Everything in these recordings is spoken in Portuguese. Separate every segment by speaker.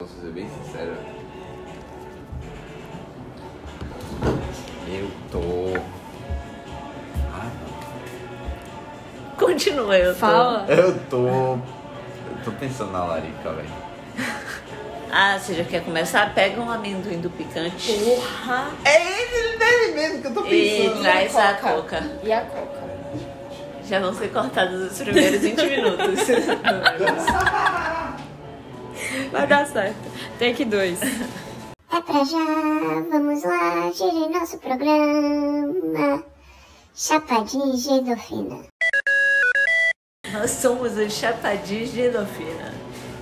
Speaker 1: ser bem sincero. Eu tô. Ai,
Speaker 2: Continua, eu tô.
Speaker 3: Fala.
Speaker 1: eu tô. Eu tô pensando na larica, velho.
Speaker 2: Ah, você já quer começar? Pega um amendoim do picante
Speaker 3: Porra! é
Speaker 1: É ele dele mesmo que eu tô
Speaker 2: e
Speaker 1: pensando.
Speaker 2: traz a coca.
Speaker 3: E a coca?
Speaker 2: Já vão ser cortados os primeiros 20 minutos.
Speaker 3: Vai dar certo. Take 2.
Speaker 4: É pra já, vamos lá, gire nosso programa. Chapadinha de endorfina.
Speaker 2: Nós somos os Chapadis de Endorfina.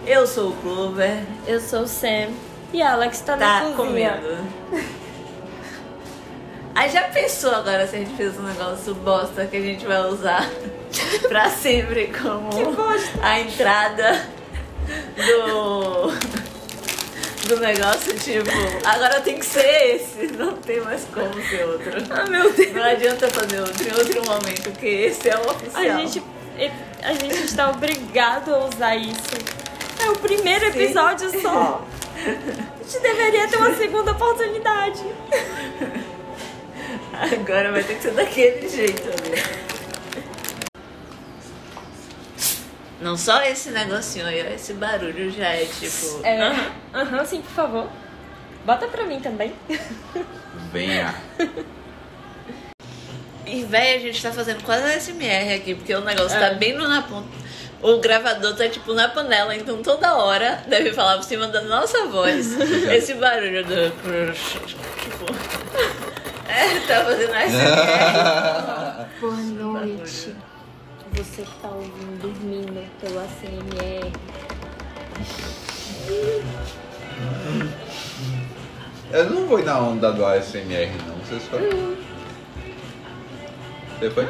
Speaker 2: Eu sou o Clover,
Speaker 3: Eu sou o Sam. E Alex tá,
Speaker 2: tá
Speaker 3: na cozinha.
Speaker 2: comendo. Aí já pensou agora se a gente fez um negócio bosta que a gente vai usar pra sempre como a entrada do. do negócio, tipo, agora tem que ser esse, não tem mais como ser outro.
Speaker 3: Ah, meu Deus.
Speaker 2: Não adianta fazer outro em outro momento, porque esse é o oficial.
Speaker 3: A gente, a gente está obrigado a usar isso. É o primeiro
Speaker 2: Sim.
Speaker 3: episódio só. A gente deveria ter uma segunda oportunidade.
Speaker 2: Agora vai ter que ser daquele jeito, né? Não só esse negocinho aí, ó, esse barulho já é tipo.
Speaker 3: É. Aham, sim, por favor. Bota pra mim também.
Speaker 1: Venha.
Speaker 2: E véi, a gente tá fazendo quase SMR aqui, porque o negócio tá bem no- na ponta. O gravador tá tipo na panela, então toda hora deve falar por cima da nossa voz esse barulho do. Tipo. É, tá fazendo SMR.
Speaker 3: Boa noite. Você que tá ouvindo, dormindo pelo ACMR.
Speaker 1: Eu não vou ir na onda do ASMR, não, vocês foram? Você foi?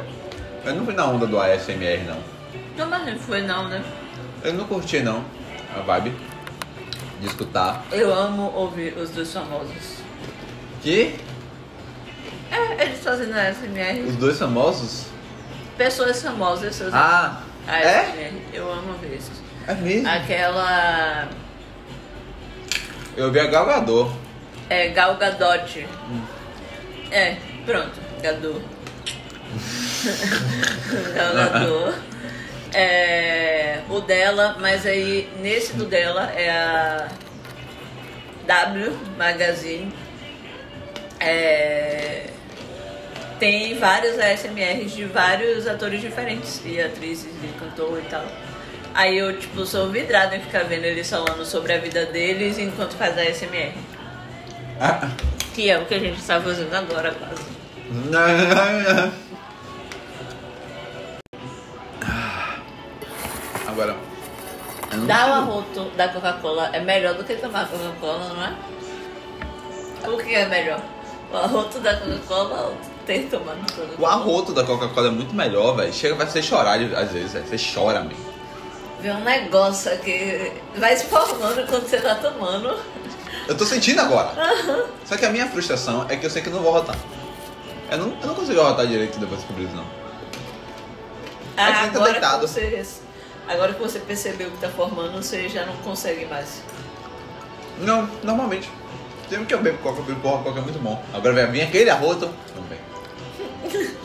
Speaker 1: Eu não fui na onda do ASMR, não.
Speaker 2: Como assim foi não, né?
Speaker 1: Eu não curti, não, a vibe de escutar.
Speaker 2: Eu amo ouvir os dois famosos.
Speaker 1: Que
Speaker 2: É, eles fazendo ASMR.
Speaker 1: os dois famosos.
Speaker 2: Pessoas famosas fazendo
Speaker 1: Ah, é?
Speaker 2: ASMR. Eu amo ver isso.
Speaker 1: É mesmo?
Speaker 2: Ah. Aquela.
Speaker 1: Eu vi a Galgador.
Speaker 2: É, Gal Gadot. É, pronto. Gadot. Gal Gadot. É, o dela, mas aí nesse do dela é a W Magazine. É, tem vários ASMRs de vários atores diferentes e atrizes e cantor e tal. Aí eu, tipo, sou vidrada em ficar vendo eles falando sobre a vida deles enquanto faz ASMR.
Speaker 1: Ah.
Speaker 2: Que é o que a gente está fazendo agora, quase.
Speaker 1: Agora. eu não
Speaker 2: Dar o
Speaker 1: sei.
Speaker 2: arroto da Coca-Cola é melhor do que tomar Coca-Cola, não é? O que é melhor? O arroto da Coca-Cola ou ter tomado
Speaker 1: O
Speaker 2: Coca-Cola?
Speaker 1: arroto da Coca-Cola é muito melhor, velho. Chega, vai você chorar de- às vezes, velho. Você chora, mesmo.
Speaker 2: Vê um negócio aqui, vai se formando quando você tá tomando.
Speaker 1: Eu tô sentindo agora. Só que a minha frustração é que eu sei que eu não vou rotar. Eu não, eu não consigo rotar direito depois que eu briso, não. Mas você tá
Speaker 2: agora, que
Speaker 1: deitado.
Speaker 2: você, agora que você percebeu que tá formando, você já não consegue mais.
Speaker 1: Não, normalmente. Sempre que eu bebo coca, eu bebo porra, coca é muito bom. Agora vai vir aquele arroto. Não bem. Se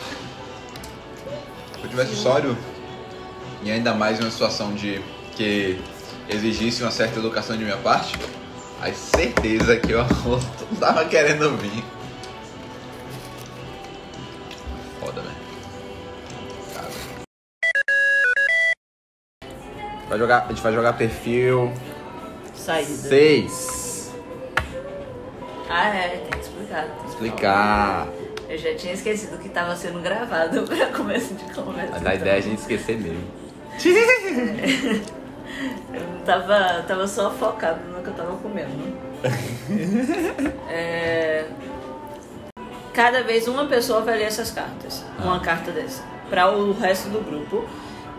Speaker 1: eu tivesse sório, e ainda mais em uma situação de que exigisse uma certa educação de minha parte, aí certeza que o arroto tava querendo vir. Foda, né? velho. Cara. Vai jogar, a gente vai jogar perfil
Speaker 2: Saída.
Speaker 1: 6.
Speaker 2: Ah, é, tem que explicar. tem que
Speaker 1: Explicar.
Speaker 2: Eu já tinha esquecido que tava sendo gravado pra começo de conversa.
Speaker 1: Mas a ideia é a gente esquecer mesmo.
Speaker 2: Eu tava, tava só focado no que eu tava comendo. É, Cada vez uma pessoa vai ler essas cartas. Uma carta dessa. Pra o resto do grupo.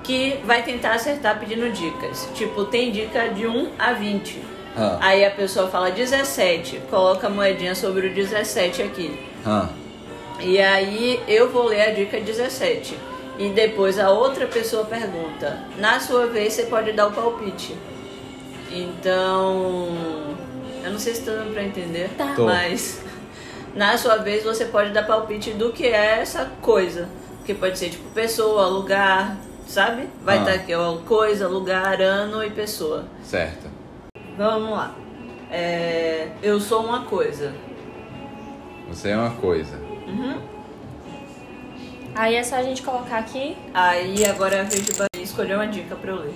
Speaker 2: Que vai tentar acertar pedindo dicas. Tipo, tem dica de 1 a 20.
Speaker 1: Ah.
Speaker 2: Aí a pessoa fala 17. Coloca a moedinha sobre o 17 aqui.
Speaker 1: Ah,
Speaker 2: E aí eu vou ler a dica 17. E depois a outra pessoa pergunta. Na sua vez, você pode dar o palpite. Então. não sei se tá dando pra entender,
Speaker 3: Tá.
Speaker 1: Tô.
Speaker 2: mas na sua vez você pode dar palpite do que é essa coisa. Que pode ser tipo pessoa, lugar, sabe? Vai
Speaker 1: Ah.
Speaker 2: estar aqui, ó, coisa, lugar, ano e pessoa.
Speaker 1: Certo.
Speaker 2: Vamos lá. É, eu sou uma coisa.
Speaker 1: Você é uma coisa.
Speaker 3: Aí é só a gente colocar aqui.
Speaker 2: Aí agora é a vez de Bahia escolher uma dica pra eu ler.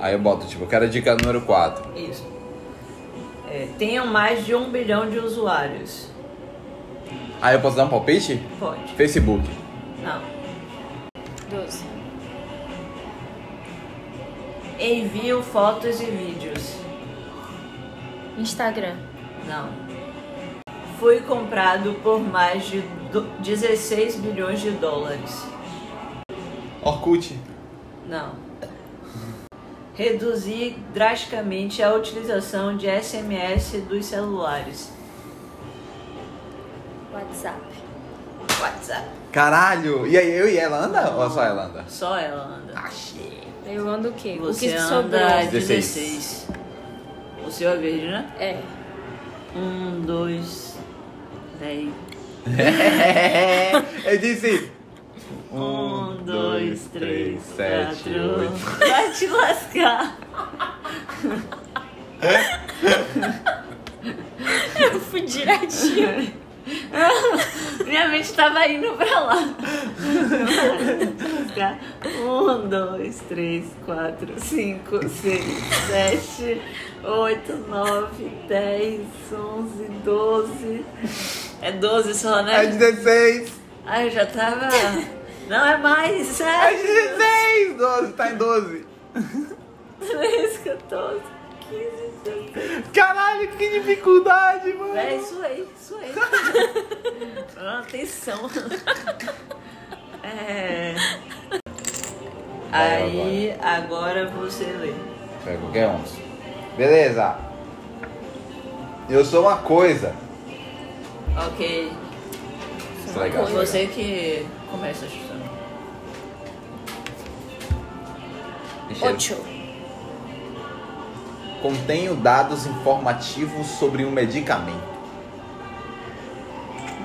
Speaker 1: Aí eu boto, tipo, eu quero a dica número 4.
Speaker 2: Isso. É, tenham mais de um bilhão de usuários.
Speaker 1: Aí eu posso dar um palpite?
Speaker 2: Pode.
Speaker 1: Facebook.
Speaker 2: Não.
Speaker 3: 12.
Speaker 2: Envio fotos e vídeos.
Speaker 3: Instagram.
Speaker 2: Não. Fui comprado por mais de do- 16 bilhões de dólares.
Speaker 1: Orkut.
Speaker 2: Não. Reduzi drasticamente a utilização de SMS dos celulares.
Speaker 3: WhatsApp.
Speaker 2: WhatsApp.
Speaker 1: Caralho! E aí, eu e ela anda? Ou só ela anda?
Speaker 2: Só ela anda.
Speaker 3: Eu ando Ah, o quê?
Speaker 2: Você
Speaker 3: o que
Speaker 2: anda
Speaker 3: sobrou?
Speaker 2: 16. O seu é verde, né?
Speaker 3: É.
Speaker 2: Um, dois. Daí.
Speaker 1: eu disse.
Speaker 2: Um, dois, três,
Speaker 1: sete,
Speaker 2: quatro.
Speaker 1: oito.
Speaker 2: Vai te lascar.
Speaker 3: Eu fui direitinho.
Speaker 2: Minha mente tava indo pra lá. Um, dois, três, quatro, cinco, seis, sete, oito, nove, dez, onze, doze. É doze só,
Speaker 1: É
Speaker 2: né?
Speaker 1: 16!
Speaker 2: Ai, eu já tava. Não é mais,
Speaker 1: É
Speaker 2: sério.
Speaker 1: 16! 12, tá em 12!
Speaker 2: 13, 14, 15, 16.
Speaker 1: Caralho, que dificuldade, mano!
Speaker 2: Véi, É, suei, suei. Atenção. É.
Speaker 1: Vai,
Speaker 2: Aí, agora você lê.
Speaker 1: Pega qualquer um. Beleza. Eu sou uma coisa.
Speaker 2: Ok.
Speaker 1: Isso é legal. isso é
Speaker 2: Você que começa a chutar.
Speaker 1: legal. Deixa eu-
Speaker 3: Ocho.
Speaker 1: Contenho dados informativos sobre um medicamento.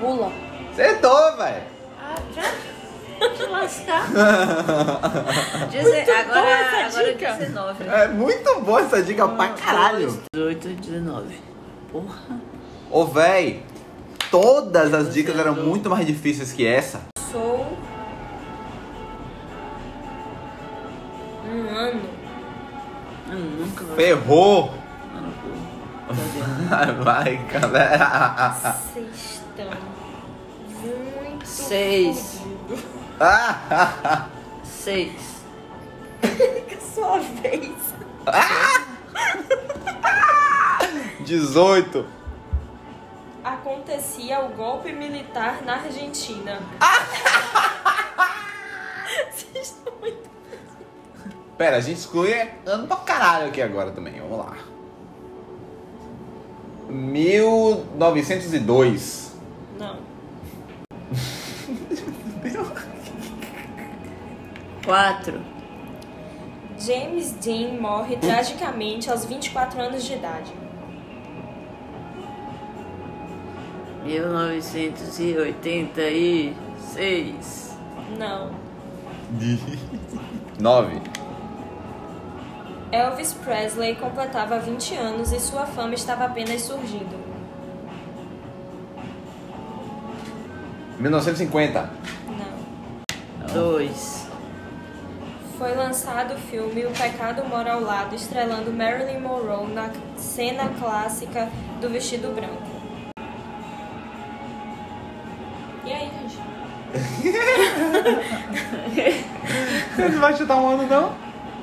Speaker 3: Bula.
Speaker 1: Acertou, velho!
Speaker 2: Ah, já? Te lascar. Dezen...
Speaker 3: boa essa
Speaker 2: Agora, agora
Speaker 3: dica.
Speaker 2: 19.
Speaker 1: É muito boa essa dica pra
Speaker 2: Ah,
Speaker 1: caralho.
Speaker 2: 18, 19. Porra.
Speaker 1: Ô, véi, todas as dicas eram
Speaker 2: Acertou.
Speaker 1: muito mais difíceis que essa.
Speaker 3: Sou. Um ano.
Speaker 2: Eu nunca vou.
Speaker 1: Ferrou!
Speaker 2: tomar no cu. Tá
Speaker 1: Vai, galera!
Speaker 3: Vocês estão muito
Speaker 2: Seis.
Speaker 3: fodidos.
Speaker 1: Ah,
Speaker 2: vendo? Seis.
Speaker 3: Fica a sua vez.
Speaker 1: 18!
Speaker 5: acontecia o golpe militar na Argentina.
Speaker 1: Pera, a gente exclui ano pra caralho aqui agora também, vamos lá. 1902.
Speaker 5: Não.
Speaker 2: Quatro.
Speaker 5: James Dean morre tragicamente aos 24 anos de idade.
Speaker 2: 1986.
Speaker 5: Não.
Speaker 1: 9.
Speaker 5: Elvis Presley completava 20 anos e sua fama estava apenas surgindo.
Speaker 1: 1950.
Speaker 5: Não.
Speaker 2: 2.
Speaker 5: Foi lançado o filme O Pecado Mora ao Lado, estrelando Marilyn Monroe na cena clássica do vestido branco. E aí, gente?
Speaker 1: Você não vai chutar um ano, não?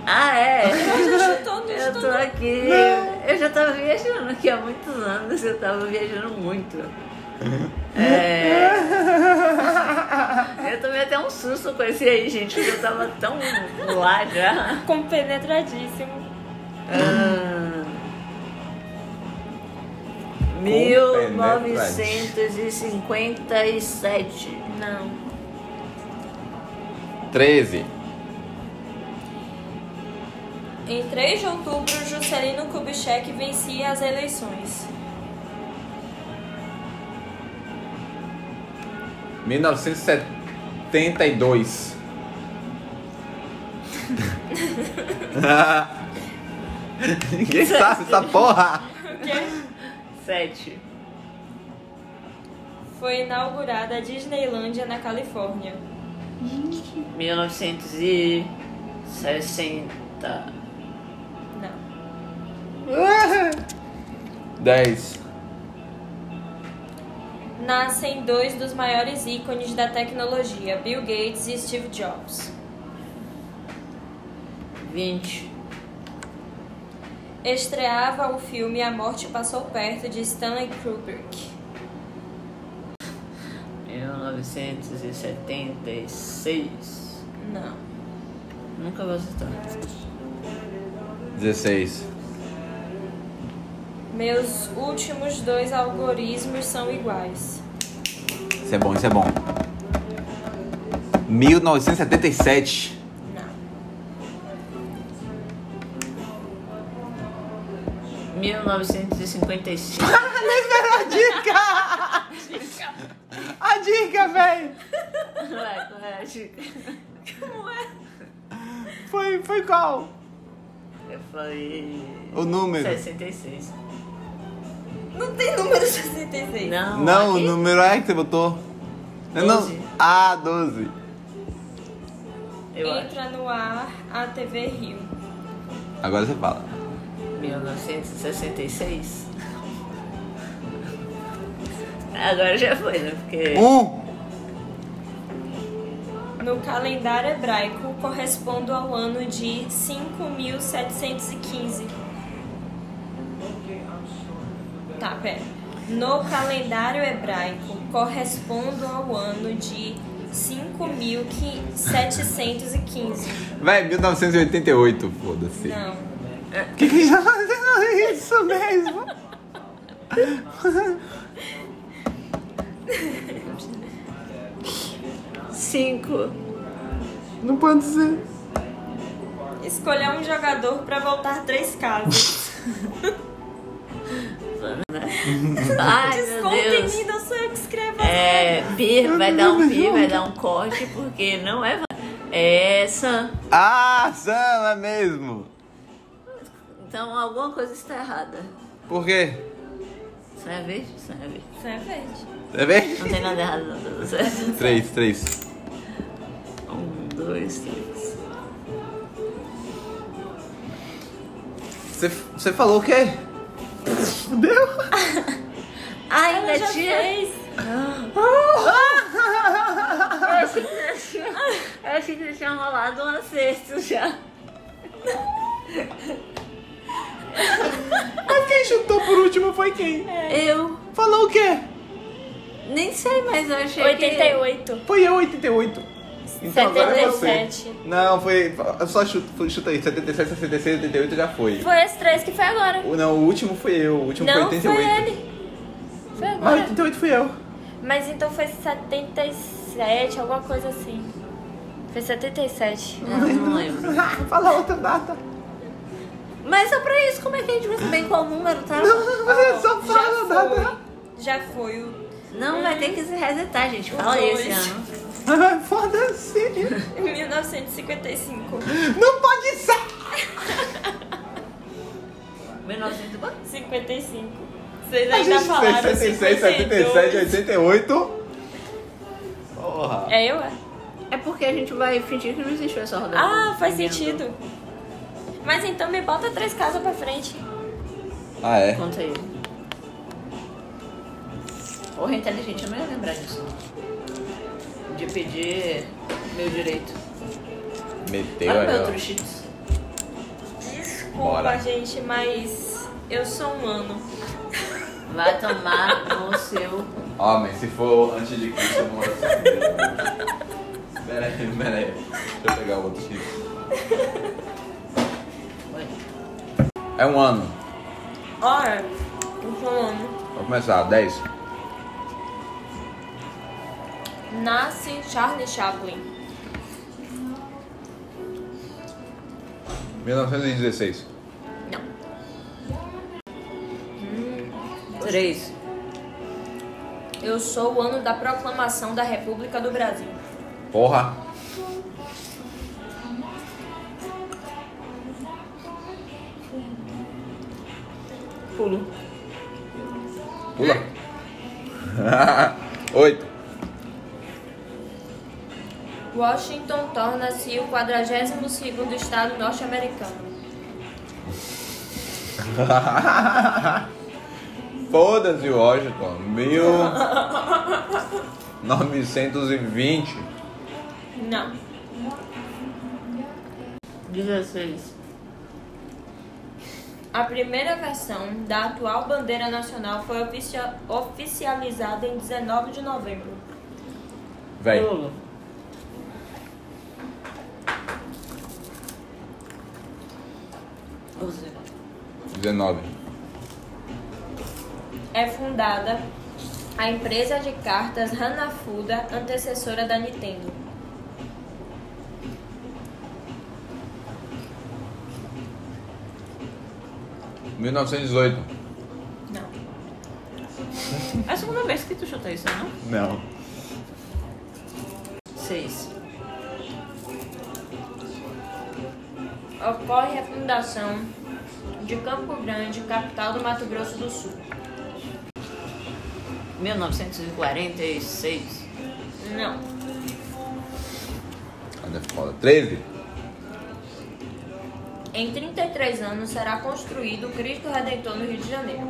Speaker 2: Ah, é?
Speaker 5: Eu já chutou, não
Speaker 2: Eu
Speaker 5: chutou
Speaker 2: tô
Speaker 5: não.
Speaker 2: aqui. Eu já tava viajando aqui há muitos anos. Eu tava viajando muito.
Speaker 5: Uhum.
Speaker 2: É. Eu tomei até um susto com esse aí, gente, porque eu tava tão lá já.
Speaker 5: Compenetradíssimo. Uhum.
Speaker 2: Ah.
Speaker 5: né?
Speaker 2: 1957.
Speaker 5: Não.
Speaker 1: 13.
Speaker 5: Em 3 de outubro, Juscelino Kubitschek vencia as eleições.
Speaker 1: 1972. Ninguém sabe essa porra.
Speaker 2: Sete.
Speaker 5: Foi inaugurada a Disneylândia na Califórnia.
Speaker 2: 1960.
Speaker 5: Não.
Speaker 1: 10.
Speaker 5: Nascem dois dos maiores ícones da tecnologia, Bill Gates e Steve Jobs.
Speaker 2: 20.
Speaker 5: Estreava o filme A Morte Passou Perto de Stanley Kubrick.
Speaker 2: 1976.
Speaker 5: Não.
Speaker 2: Nunca vou acertar.
Speaker 1: 16.
Speaker 5: Meus últimos dois algoritmos são iguais.
Speaker 1: Isso é bom, isso é bom. 1977.
Speaker 5: Não.
Speaker 2: 1955.
Speaker 1: A dica, véi!
Speaker 2: Vai, corre, Chica.
Speaker 1: Foi, foi qual?
Speaker 2: Eu falei.
Speaker 1: O número.
Speaker 2: 66.
Speaker 5: Não tem número 66.
Speaker 2: Não.
Speaker 1: Não, o
Speaker 2: aqui?
Speaker 1: número é que você botou. Eu
Speaker 2: Doze.
Speaker 1: Não. Ah, 12.
Speaker 2: Eu acho.
Speaker 5: Entra no ar a TV Rio.
Speaker 1: Agora você fala.
Speaker 2: 1966. Agora já foi, né? Porque.
Speaker 1: Um.
Speaker 5: No calendário hebraico, corresponde ao ano de 5.715. Tá, pera. No calendário hebraico, corresponde ao ano de 5.715.
Speaker 1: Véi, 1988, foda-se.
Speaker 5: Não.
Speaker 1: Que que já fazendo isso mesmo? Um.
Speaker 2: Cinco.
Speaker 1: Não pode ser.
Speaker 5: Escolher um jogador pra voltar três casas.
Speaker 2: Ai, meu
Speaker 5: Descontem
Speaker 2: Deus.
Speaker 5: em mim, não sou eu que escrevo.
Speaker 2: É, pi, vai dar um pi, vai dar um corte, porque não é. va- É Sam.
Speaker 1: Ah, Sam, é mesmo.
Speaker 2: Então alguma coisa está errada.
Speaker 1: Por quê?
Speaker 2: Sam é verde? Sam é verde.
Speaker 5: Isso é verde.
Speaker 1: Tá bem?
Speaker 2: Não tem nada errado, não, tá tudo certo.
Speaker 1: Três, três.
Speaker 2: Um, dois, três.
Speaker 1: Você, você falou o quê? Fudeu.
Speaker 2: Ainda
Speaker 5: Ela já
Speaker 2: É, tinha.
Speaker 5: fez.
Speaker 2: Ah! Eu achei que você tinha rolado um acerto já.
Speaker 1: Mas quem chutou por último foi quem?
Speaker 2: É. Eu
Speaker 1: Falou o quê?
Speaker 2: nem sei, mas eu achei que.
Speaker 5: 88.
Speaker 1: Foi eu, 88. Então agora é você.
Speaker 5: 77.
Speaker 1: Não, foi. Eu só chuto, chuta aí. 77, 66, 88 já foi.
Speaker 5: Foi esse três que foi agora.
Speaker 1: O- Não, o último foi eu. O último
Speaker 5: Não,
Speaker 1: foi
Speaker 5: foi,
Speaker 1: 88.
Speaker 5: ele. Foi
Speaker 1: Mas
Speaker 5: agora.
Speaker 1: 88 fui eu.
Speaker 5: Mas então foi 77, alguma coisa assim. Foi 77.
Speaker 2: Eu não lembro.
Speaker 1: Fala outra data.
Speaker 2: Mas só pra isso, como é que a gente vai saber qual número tá?
Speaker 1: Você só fala
Speaker 5: Ah, já
Speaker 1: data.
Speaker 5: foi. Já foi o.
Speaker 2: Não, vai ter que se resetar, gente. Fala aí esse
Speaker 5: dois.
Speaker 2: ano.
Speaker 1: Ah, Foda-se!
Speaker 5: 1955.
Speaker 1: Não pode ser!
Speaker 2: 1900 e quanto?
Speaker 5: 55. Vocês
Speaker 1: A
Speaker 5: ainda
Speaker 1: gente
Speaker 5: falaram. assim,
Speaker 1: fez 66, 77,
Speaker 5: 82.
Speaker 1: 88. Porra!
Speaker 5: É eu? é?
Speaker 2: É porque a gente vai fingir que não existiu essa rodada.
Speaker 5: Ah, faz sentido. Mas então me bota três casas pra frente.
Speaker 1: Ah, é?
Speaker 2: Conta aí. Porra, inteligente, eu não ia lembrar disso. De pedir meu direito.
Speaker 1: Meteu
Speaker 2: Olha o
Speaker 1: aí,
Speaker 2: meu
Speaker 1: ó.
Speaker 2: outro cheats.
Speaker 5: Desculpa,
Speaker 1: Bora.
Speaker 5: gente, mas eu sou um ano.
Speaker 2: Vai tomar no seu.
Speaker 1: Ó, mas se for antes de Cristo, eu vou assim. Pera aí, pera aí. Deixa eu pegar o outro chip.
Speaker 2: Oi.
Speaker 1: É um ano.
Speaker 5: Ora, eu sou um ano.
Speaker 1: Vou começar, 10.
Speaker 5: Nasce Charlie Chaplin.
Speaker 1: 1916.
Speaker 2: Três.
Speaker 5: Eu sou o ano da proclamação da República do Brasil.
Speaker 1: Porra!
Speaker 2: Pulo.
Speaker 1: Pula! Oito!
Speaker 5: Washington torna-se o 42º estado norte-americano.
Speaker 1: Foda-se Washington, 1920.
Speaker 5: Não.
Speaker 2: 16.
Speaker 5: A primeira versão da atual bandeira nacional foi oficia- oficializada em 19 de novembro.
Speaker 1: Véi,
Speaker 2: Pulo. Onze.
Speaker 1: 19.
Speaker 5: É fundada a empresa de cartas Hanafuda, antecessora da Nintendo. Não.
Speaker 2: É a segunda vez que tu chuta isso, né? não?
Speaker 1: Não.
Speaker 2: 6.
Speaker 5: Ocorre a fundação de Campo Grande, capital do Mato Grosso do Sul.
Speaker 2: 1946.
Speaker 5: Não.
Speaker 1: Ainda é foda. 13.
Speaker 5: Em 33 anos será construído o Cristo Redentor no Rio de Janeiro.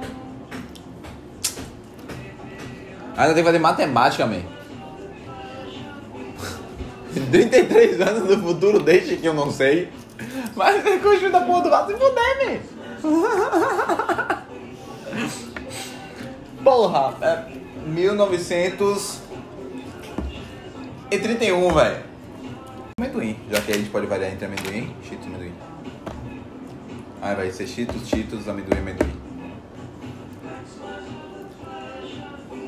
Speaker 1: Ainda tem que fazer matemática, man. 33 anos no futuro, desde que eu não sei. Mas é construído a porra do lado se fuder, man. Porra, é 1931, velho. Amendoim, já que a gente pode variar entre amendoim, cheetos e amendoim. Aí vai ser cheetos, cheetos, amendoim, amendoim.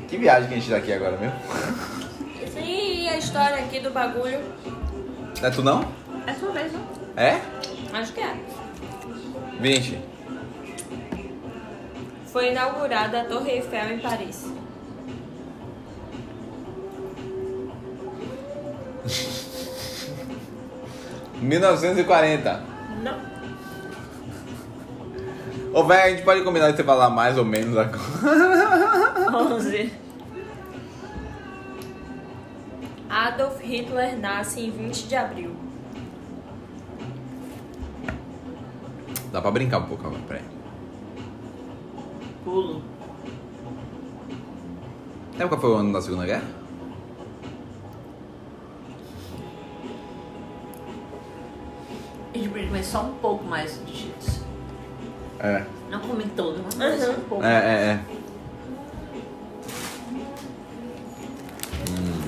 Speaker 1: Que viagem que a gente tá aqui agora, meu?
Speaker 5: E a história aqui do bagulho?
Speaker 1: Não é tu não?
Speaker 5: É sua
Speaker 2: né?
Speaker 5: vez, não?
Speaker 1: É?
Speaker 5: Acho que é.
Speaker 1: 20.
Speaker 5: Foi inaugurada a Torre Eiffel em Paris.
Speaker 1: Em 1940.
Speaker 5: Não.
Speaker 1: Ô, velho, a gente pode combinar de você falar mais ou menos agora.
Speaker 2: 11.
Speaker 5: Adolf Hitler nasce em 20 de abril.
Speaker 1: Dá pra brincar um pouco agora, peraí.
Speaker 2: Pulo.
Speaker 1: Sabe qual É foi o ano da Segunda Guerra?
Speaker 2: A gente podia comer só um pouco mais de cheetos.
Speaker 1: É.
Speaker 2: Não comi todo, mas comi só um pouco.
Speaker 1: É, é, é. Hum.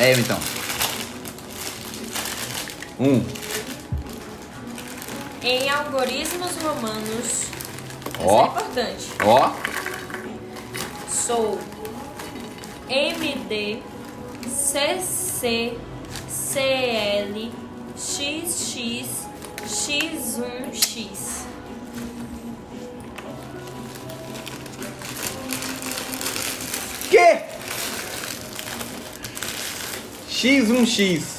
Speaker 1: É, então. Um.
Speaker 5: Em algoritmos romanos.
Speaker 1: Ó.
Speaker 5: Isso é importante.
Speaker 1: Ó.
Speaker 5: Sou MD CC CL XX X1X.
Speaker 1: Que? X1X.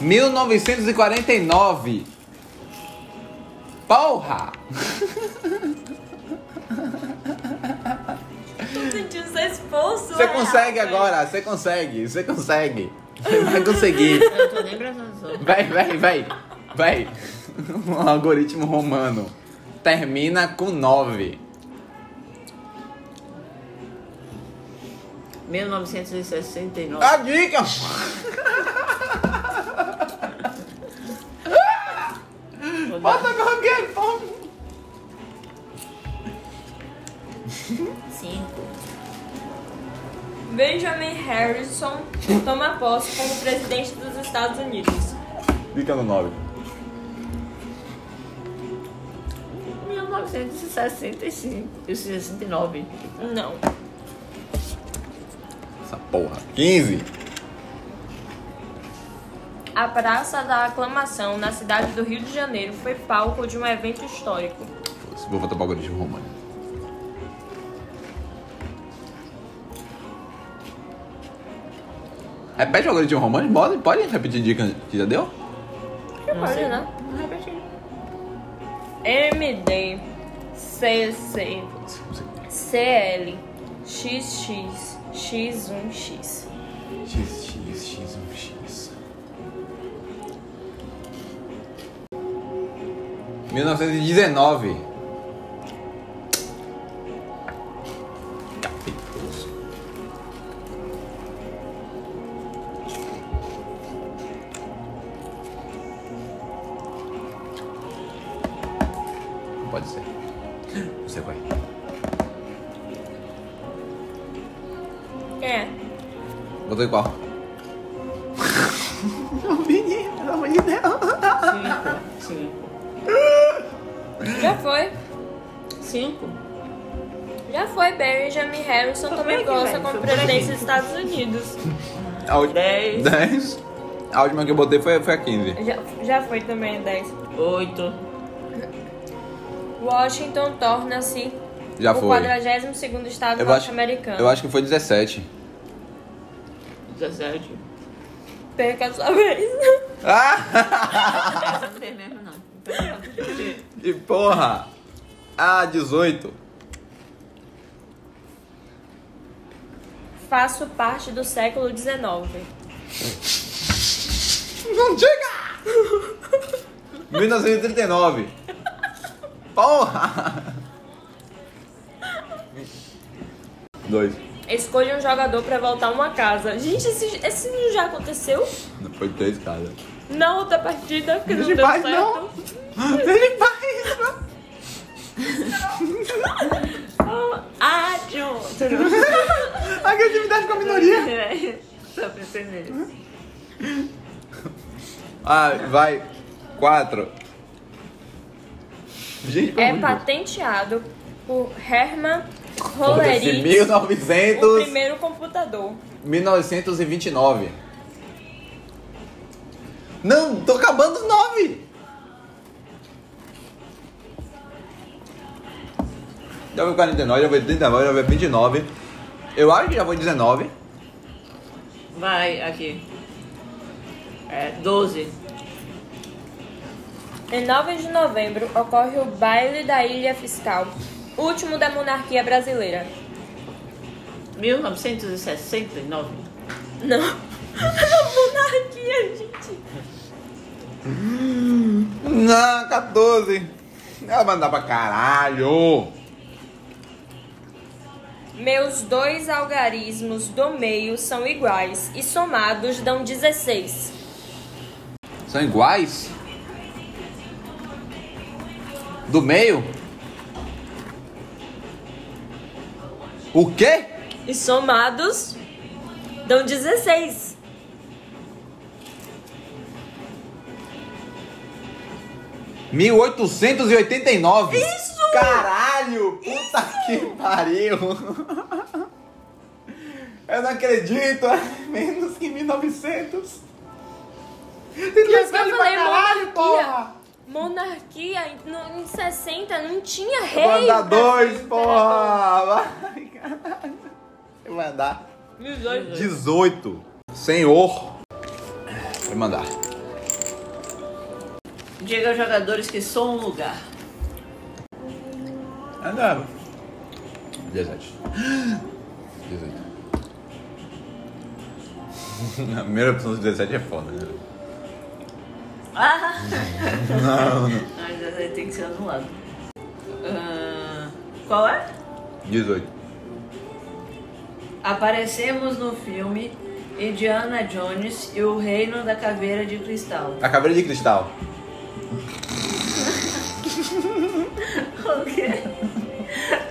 Speaker 1: Mil novecentos e quarenta e nove. Porra!
Speaker 5: Tô sentindo seu esforço.
Speaker 1: Você
Speaker 5: é.
Speaker 1: consegue agora, você consegue, você consegue. Você vai conseguir.
Speaker 2: Eu tô nem prestando atenção.
Speaker 1: Vai, vai, vai. Vai. Um algoritmo romano. Termina com nove.
Speaker 2: 1969.
Speaker 1: A dica!
Speaker 2: Vou dar-
Speaker 1: Bota qualquer fome.
Speaker 2: Cinco.
Speaker 5: Benjamin Harrison toma posse como presidente dos Estados Unidos.
Speaker 1: Dica no 9.
Speaker 2: 1965. E 69.
Speaker 5: Não.
Speaker 1: Essa porra. 15.
Speaker 5: A A Praça da Aclamação, na cidade do Rio de Janeiro, foi palco de um evento histórico.
Speaker 1: Vou votar pra de Romano. Repete o algoritmo romano? Pode, pode repetir a dica que já deu?
Speaker 5: Pode, né? MD, CC,
Speaker 1: Não sei.
Speaker 5: CL, XX, X1X.
Speaker 1: X, X, X, um X. 1919. Capitoso. Não Pode ser. Você vai.
Speaker 5: Quem é?
Speaker 1: Botou igual. Não vi, pelo amor de Deus.
Speaker 5: Já foi.
Speaker 2: Cinco.
Speaker 5: Já foi. Benjamin Harrison também gosta como presidente dos Estados Unidos.
Speaker 1: A última-
Speaker 2: Dez.
Speaker 1: 10. A última que eu botei foi, foi a 15.
Speaker 5: Já, já foi também 10.
Speaker 2: Oito.
Speaker 5: Washington torna-se
Speaker 1: Já
Speaker 5: o
Speaker 1: foi.
Speaker 5: 42º estado
Speaker 1: Eu acho,
Speaker 5: norte-americano.
Speaker 1: eu acho que foi 17.
Speaker 2: Dezessete.
Speaker 5: Perca a sua vez.
Speaker 1: Ah!
Speaker 2: Essa não tem Tá mesmo, não. Então, pronto.
Speaker 1: E porra! Ah, 18.
Speaker 5: Faço parte do século XIX.
Speaker 1: Não chega! 1939. Porra! Dois.
Speaker 5: Escolha um jogador pra voltar uma casa. Gente, esse, esse não já aconteceu?
Speaker 1: Não, Foi três, cara.
Speaker 5: Na outra partida, porque não
Speaker 1: Deixa em
Speaker 5: deu
Speaker 1: paz,
Speaker 5: certo.
Speaker 1: não. Deixa em paz, não.
Speaker 2: Ah, John!
Speaker 1: Agressividade com a minoria.
Speaker 5: É,
Speaker 2: Só pensei nele.
Speaker 1: Ah, vai. Quatro. Gente, pelo
Speaker 5: É
Speaker 1: amor de
Speaker 5: patenteado por Herman
Speaker 1: Deus. Foda-se,
Speaker 5: Hollerith, o
Speaker 1: 1900,
Speaker 5: primeiro computador.
Speaker 1: 1929. Não, tô acabando os nove. Já foi 49, já foi 39, já foi 29. Eu acho que já foi 19.
Speaker 2: Vai, aqui. É, 12.
Speaker 5: Em 9 de novembro ocorre o baile da Ilha Fiscal, último da monarquia brasileira.
Speaker 2: 1969.
Speaker 5: Não. monarquia, gente.
Speaker 1: Não, 14. Ela mandar pra caralho.
Speaker 5: Meus dois algarismos do meio são iguais e somados dão 16.
Speaker 1: São iguais? Do meio? O quê?
Speaker 5: E somados dão 16.
Speaker 1: nove. Isso! Caralho! Puta que pariu! Eu não acredito! é Menos que 1900! Tem
Speaker 5: Mas eu
Speaker 1: velho pra
Speaker 5: falei
Speaker 1: caralho,
Speaker 5: monarquia.
Speaker 1: porra!
Speaker 5: Monarquia em, no- em 60 não tinha rei.
Speaker 1: Vou andar
Speaker 5: Brasil,
Speaker 1: dois,
Speaker 5: imperador.
Speaker 1: porra! Vai, caralho! Eu vou andar.
Speaker 5: 18.
Speaker 1: 18. Senhor. Vai mandar.
Speaker 2: Diga aos jogadores que sou um lugar.
Speaker 1: Andava. 17. 18. A primeira opção dos 17 é foda, né?
Speaker 2: Ah! Mas aí tem que ser anulado. Ah, qual é?
Speaker 1: 18.
Speaker 2: Aparecemos no filme Indiana Jones e o Reino da Caveira de Cristal.
Speaker 1: A caveira de cristal.
Speaker 2: O quê?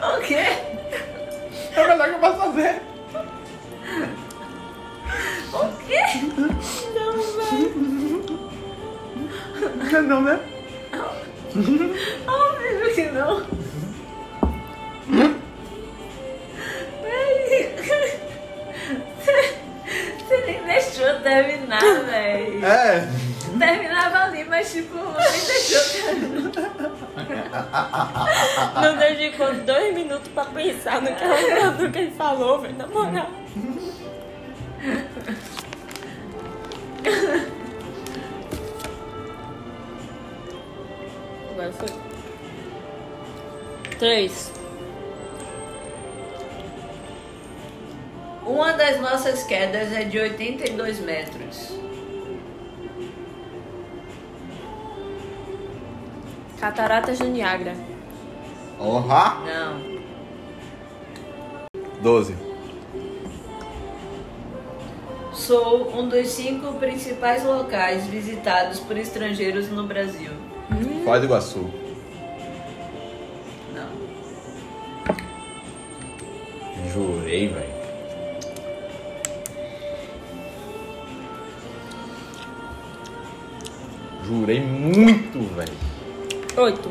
Speaker 2: O quê?
Speaker 1: É o melhor que eu posso fazer.
Speaker 2: O quê?
Speaker 1: Não, né?
Speaker 2: Óbvio que não. Peraí. Você nem deixou eu terminar, velho.
Speaker 1: É.
Speaker 2: terminava ali, mas tipo, nem deixou.
Speaker 5: Não dedicou dois minutos pra pensar no que, ela, no que ele falou, velho, na moral. Agora foi. Três.
Speaker 2: Uma das nossas quedas é de 82 metros.
Speaker 5: Cataratas do Niágara.
Speaker 1: Honra!
Speaker 2: Não.
Speaker 1: 12.
Speaker 2: Sou um dos cinco principais locais visitados por estrangeiros no Brasil.
Speaker 1: Foz do Iguaçu.
Speaker 2: Não.
Speaker 1: Jurei, velho. Jurei muito, velho.
Speaker 5: Oito.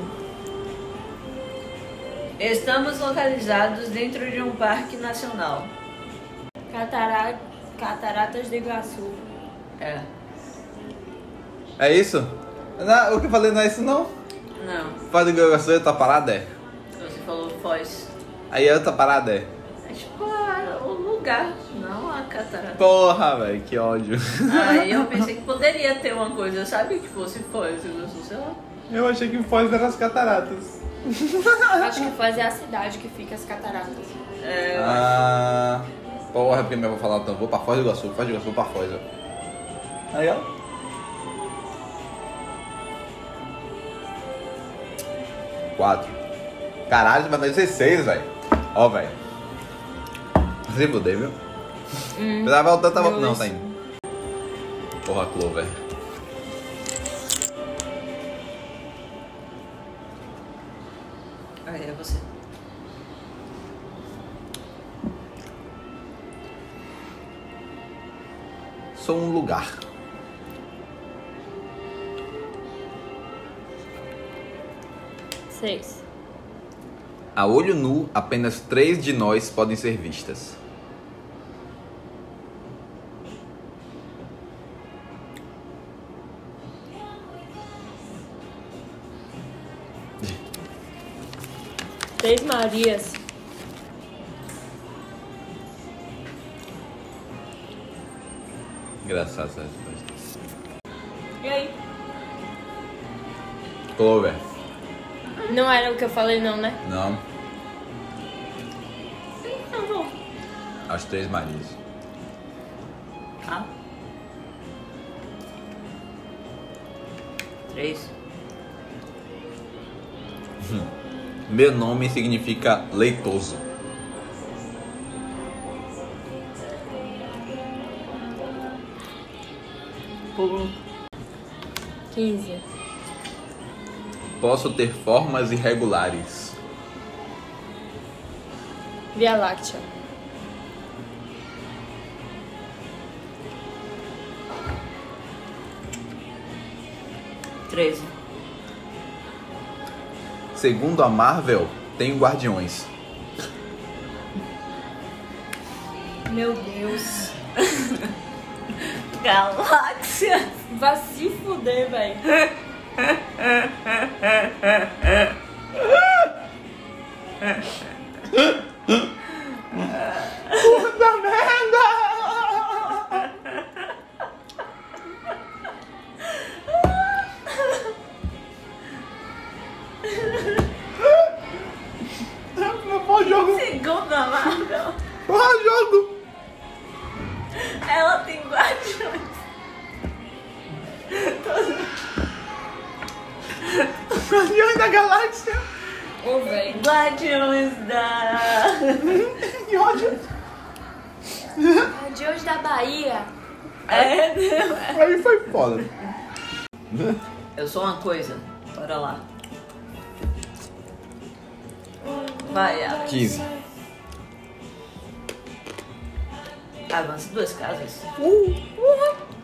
Speaker 2: Estamos localizados dentro de um parque nacional.
Speaker 5: Catara... Cataratas do Iguaçu.
Speaker 2: É.
Speaker 1: É isso? Não, o que eu falei não é isso, não.
Speaker 2: Não.
Speaker 1: Foz do Iguaçu é outra parada, é?
Speaker 2: Você falou Foz.
Speaker 1: Aí é outra parada, é?
Speaker 2: É tipo a- o lugar, não a catarata.
Speaker 1: Porra, velho, que ódio.
Speaker 2: Aí eu pensei que poderia ter uma coisa, sabe? Que fosse Foz, eu não sei lá.
Speaker 1: Eu achei que Foz era as cataratas.
Speaker 5: Acho que Foz é a cidade que fica as cataratas.
Speaker 1: Ah, porra, porque minha avó falava, então, vou pra Foz do Iguaçu, Foz do Iguaçu, vou pra Foz, ó. Aí, ó. Quatro. Caralho, mas não é 16, velho. Ó, velho. Se fuder, viu? Eu tava voltando, tava... Não,
Speaker 5: Dois.
Speaker 1: tá indo. Porra, Clover.
Speaker 2: Aí é você.
Speaker 1: Sou um lugar.
Speaker 5: Seis.
Speaker 1: A olho nu, apenas três de nós podem ser vistas.
Speaker 5: Três Marias.
Speaker 1: Engraçado né? essa resposta.
Speaker 5: E aí?
Speaker 1: Clover.
Speaker 5: Não era o que eu falei não, né?
Speaker 1: Não,
Speaker 5: Não vou.
Speaker 1: as três Marias.
Speaker 2: Tá? Três.
Speaker 1: Meu nome significa leitoso.
Speaker 2: Pulo.
Speaker 5: 15.
Speaker 1: Posso ter formas irregulares.
Speaker 5: Via Láctea.
Speaker 2: Treze.
Speaker 1: Segundo a Marvel, tenho guardiões.
Speaker 5: Meu Deus.
Speaker 2: Galáxia.
Speaker 5: Vai se fuder, velho.
Speaker 1: Bom jogo!
Speaker 2: Segundo a Marvel,
Speaker 1: Bom jogo!
Speaker 2: ela tem guardiões.
Speaker 1: Guardiões da Galáxia!
Speaker 5: Ô, velho.
Speaker 2: Guardiões da.
Speaker 1: Que ódio!
Speaker 5: Adiós da Bahia.
Speaker 2: É, né?
Speaker 1: Pra mim foi foda.
Speaker 2: Eu sou uma coisa. Bora lá. Vai, Alex.
Speaker 1: 15.
Speaker 2: avança duas casas.
Speaker 5: Uh,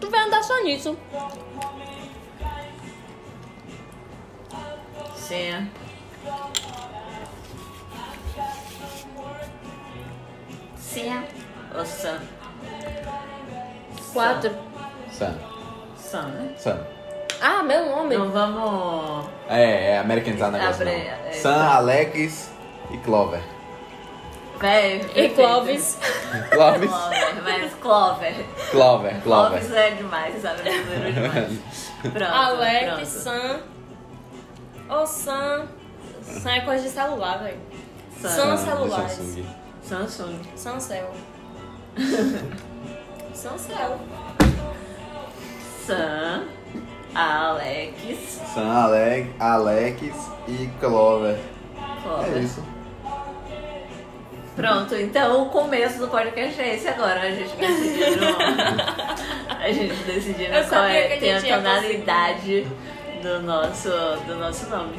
Speaker 5: Tu vai andar só nisso.
Speaker 2: Senha.
Speaker 3: Senha.
Speaker 2: Ou Sam.
Speaker 5: Quatro.
Speaker 1: Sam.
Speaker 2: Sam, né?
Speaker 1: Sam.
Speaker 3: Ah, meu nome.
Speaker 2: Então vamos.
Speaker 1: É, é americanizar o negócio
Speaker 2: Abre-
Speaker 1: não.
Speaker 2: é,
Speaker 1: Sam, Alex e Clover.
Speaker 2: Véi,
Speaker 3: E
Speaker 2: perfeito.
Speaker 3: Clóvis.
Speaker 1: Clovis?
Speaker 2: Clover, mas Clover.
Speaker 1: Clover,
Speaker 2: Clovis
Speaker 1: Clover.
Speaker 2: é demais, sabe? Brasileiro é demais. Pronto.
Speaker 5: Alex,
Speaker 2: pronto.
Speaker 5: Sam. Ô, Sam. Sam é coisa de celular, velho.
Speaker 1: Ah,
Speaker 2: Sam.
Speaker 5: Sam Então é celulares.
Speaker 1: Samsung.
Speaker 2: Samsung.
Speaker 5: Sancel. Sancel.
Speaker 2: Sam. Alex.
Speaker 1: Sam, Alex, Alex e Clover. É
Speaker 2: Clover.
Speaker 1: isso.
Speaker 2: Pronto, então o começo do podcast é esse agora. A gente decidiu. a gente decidiu
Speaker 5: Eu
Speaker 2: qual
Speaker 5: sabia
Speaker 2: é
Speaker 5: que a
Speaker 2: tem a
Speaker 5: gente ia
Speaker 2: tonalidade do nosso, do nosso nome.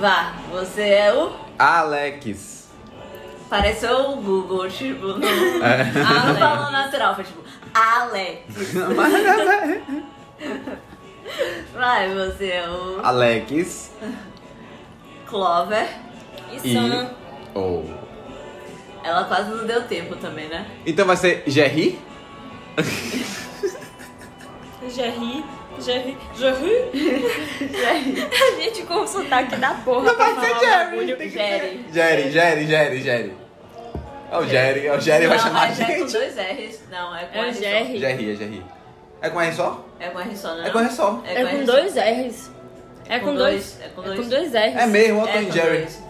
Speaker 2: Vá, você é o.
Speaker 1: Alex.
Speaker 2: Pareceu o Google, tipo, no,
Speaker 1: É.
Speaker 2: não é
Speaker 5: Alex.
Speaker 2: falou natural, foi tipo, Alex. Vai, você é o
Speaker 1: Alex
Speaker 2: Clover.
Speaker 5: E
Speaker 1: e.
Speaker 5: Sam.
Speaker 1: Oh.
Speaker 2: Ela quase não deu tempo também, né?
Speaker 1: Então vai ser Jerry?
Speaker 5: Jerry. Jerry. Jerry. A gente com o sotaque da porra. Não
Speaker 1: vai ser Jerry, tem que
Speaker 2: Jerry.
Speaker 1: Jerry, Jerry, Jerry, Jerry. É o Jerry, é o Jerry vai
Speaker 2: não,
Speaker 1: chamar a
Speaker 2: mas é com
Speaker 1: gente.
Speaker 2: dois R's. Não, é com
Speaker 5: É o
Speaker 2: R só.
Speaker 5: Jerry.
Speaker 1: Jerry, é Jerry. É com R só?
Speaker 2: É com R só, não?
Speaker 1: É com R só.
Speaker 2: É
Speaker 3: É
Speaker 2: com
Speaker 3: com
Speaker 2: R só.
Speaker 3: dois R's. É com dois.
Speaker 2: É com
Speaker 3: É
Speaker 2: dois.
Speaker 3: com dois R's.
Speaker 1: É mesmo, eu tô
Speaker 2: É
Speaker 1: em
Speaker 2: com
Speaker 1: Jerry.
Speaker 2: dois.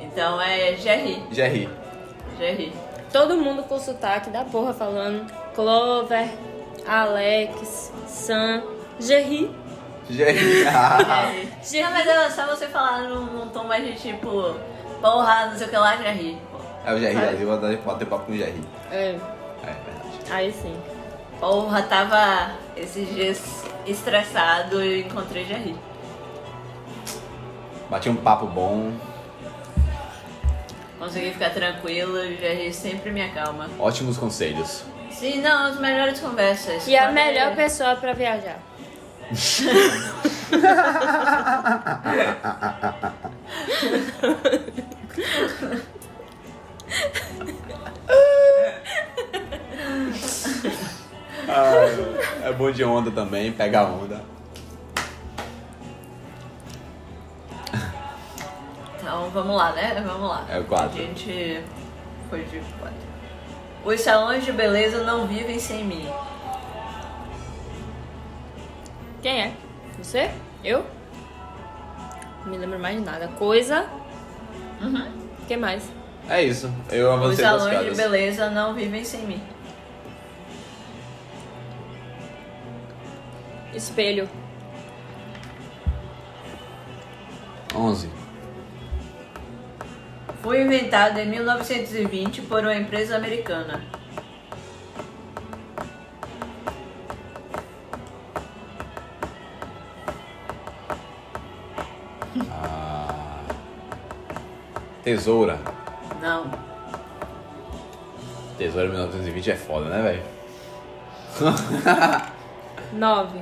Speaker 2: Então é Jerry.
Speaker 1: Jerry.
Speaker 2: Jerry.
Speaker 3: Todo mundo com sotaque da porra falando. Clover, Alex, Sam, Jerry.
Speaker 1: Jerry. Ah.
Speaker 2: Jerry. Não, mas é só você falar num, num tom mais de tipo, porra, não sei o que lá, Jerry.
Speaker 1: É o Jerry, ali, eu vou dar- bater papo com o Jerry.
Speaker 3: É,
Speaker 1: É verdade.
Speaker 3: aí sim.
Speaker 2: Porra, tava esses dias estressado e eu encontrei Jerry.
Speaker 1: Bati um papo bom.
Speaker 2: Consegui ficar tranquilo, Jerry sempre me acalma.
Speaker 1: Ótimos conselhos.
Speaker 2: Sim, não, as melhores conversas. É.
Speaker 3: E é a melhor pessoa pra viajar.
Speaker 1: é bom de onda também, pega onda.
Speaker 2: Então vamos lá, né? Vamos lá.
Speaker 1: É o quatro.
Speaker 2: A gente foi de quatro. Os salões de beleza não vivem sem mim.
Speaker 3: Quem é? Você? Eu? Não me lembro mais de nada. Coisa. Uhum. que mais?
Speaker 1: É isso. Eu
Speaker 2: Uhum. Os
Speaker 1: avancei das
Speaker 2: salões de
Speaker 1: piadas.
Speaker 2: beleza não vivem sem mim.
Speaker 3: Espelho.
Speaker 1: 11.
Speaker 2: Foi inventado em 1920 por uma empresa americana.
Speaker 1: Ah. Tesoura.
Speaker 2: Não.
Speaker 1: Tesoura 1920 é foda, né, velho?
Speaker 3: Nove.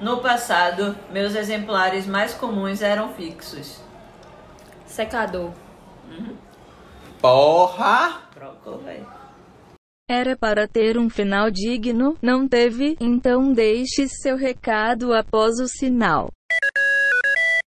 Speaker 2: No passado, meus exemplares mais comuns eram fixos.
Speaker 3: Secador.
Speaker 1: Porra!
Speaker 2: Trocou, velho.
Speaker 6: Era para ter um final digno, não teve, então deixe seu recado após o sinal.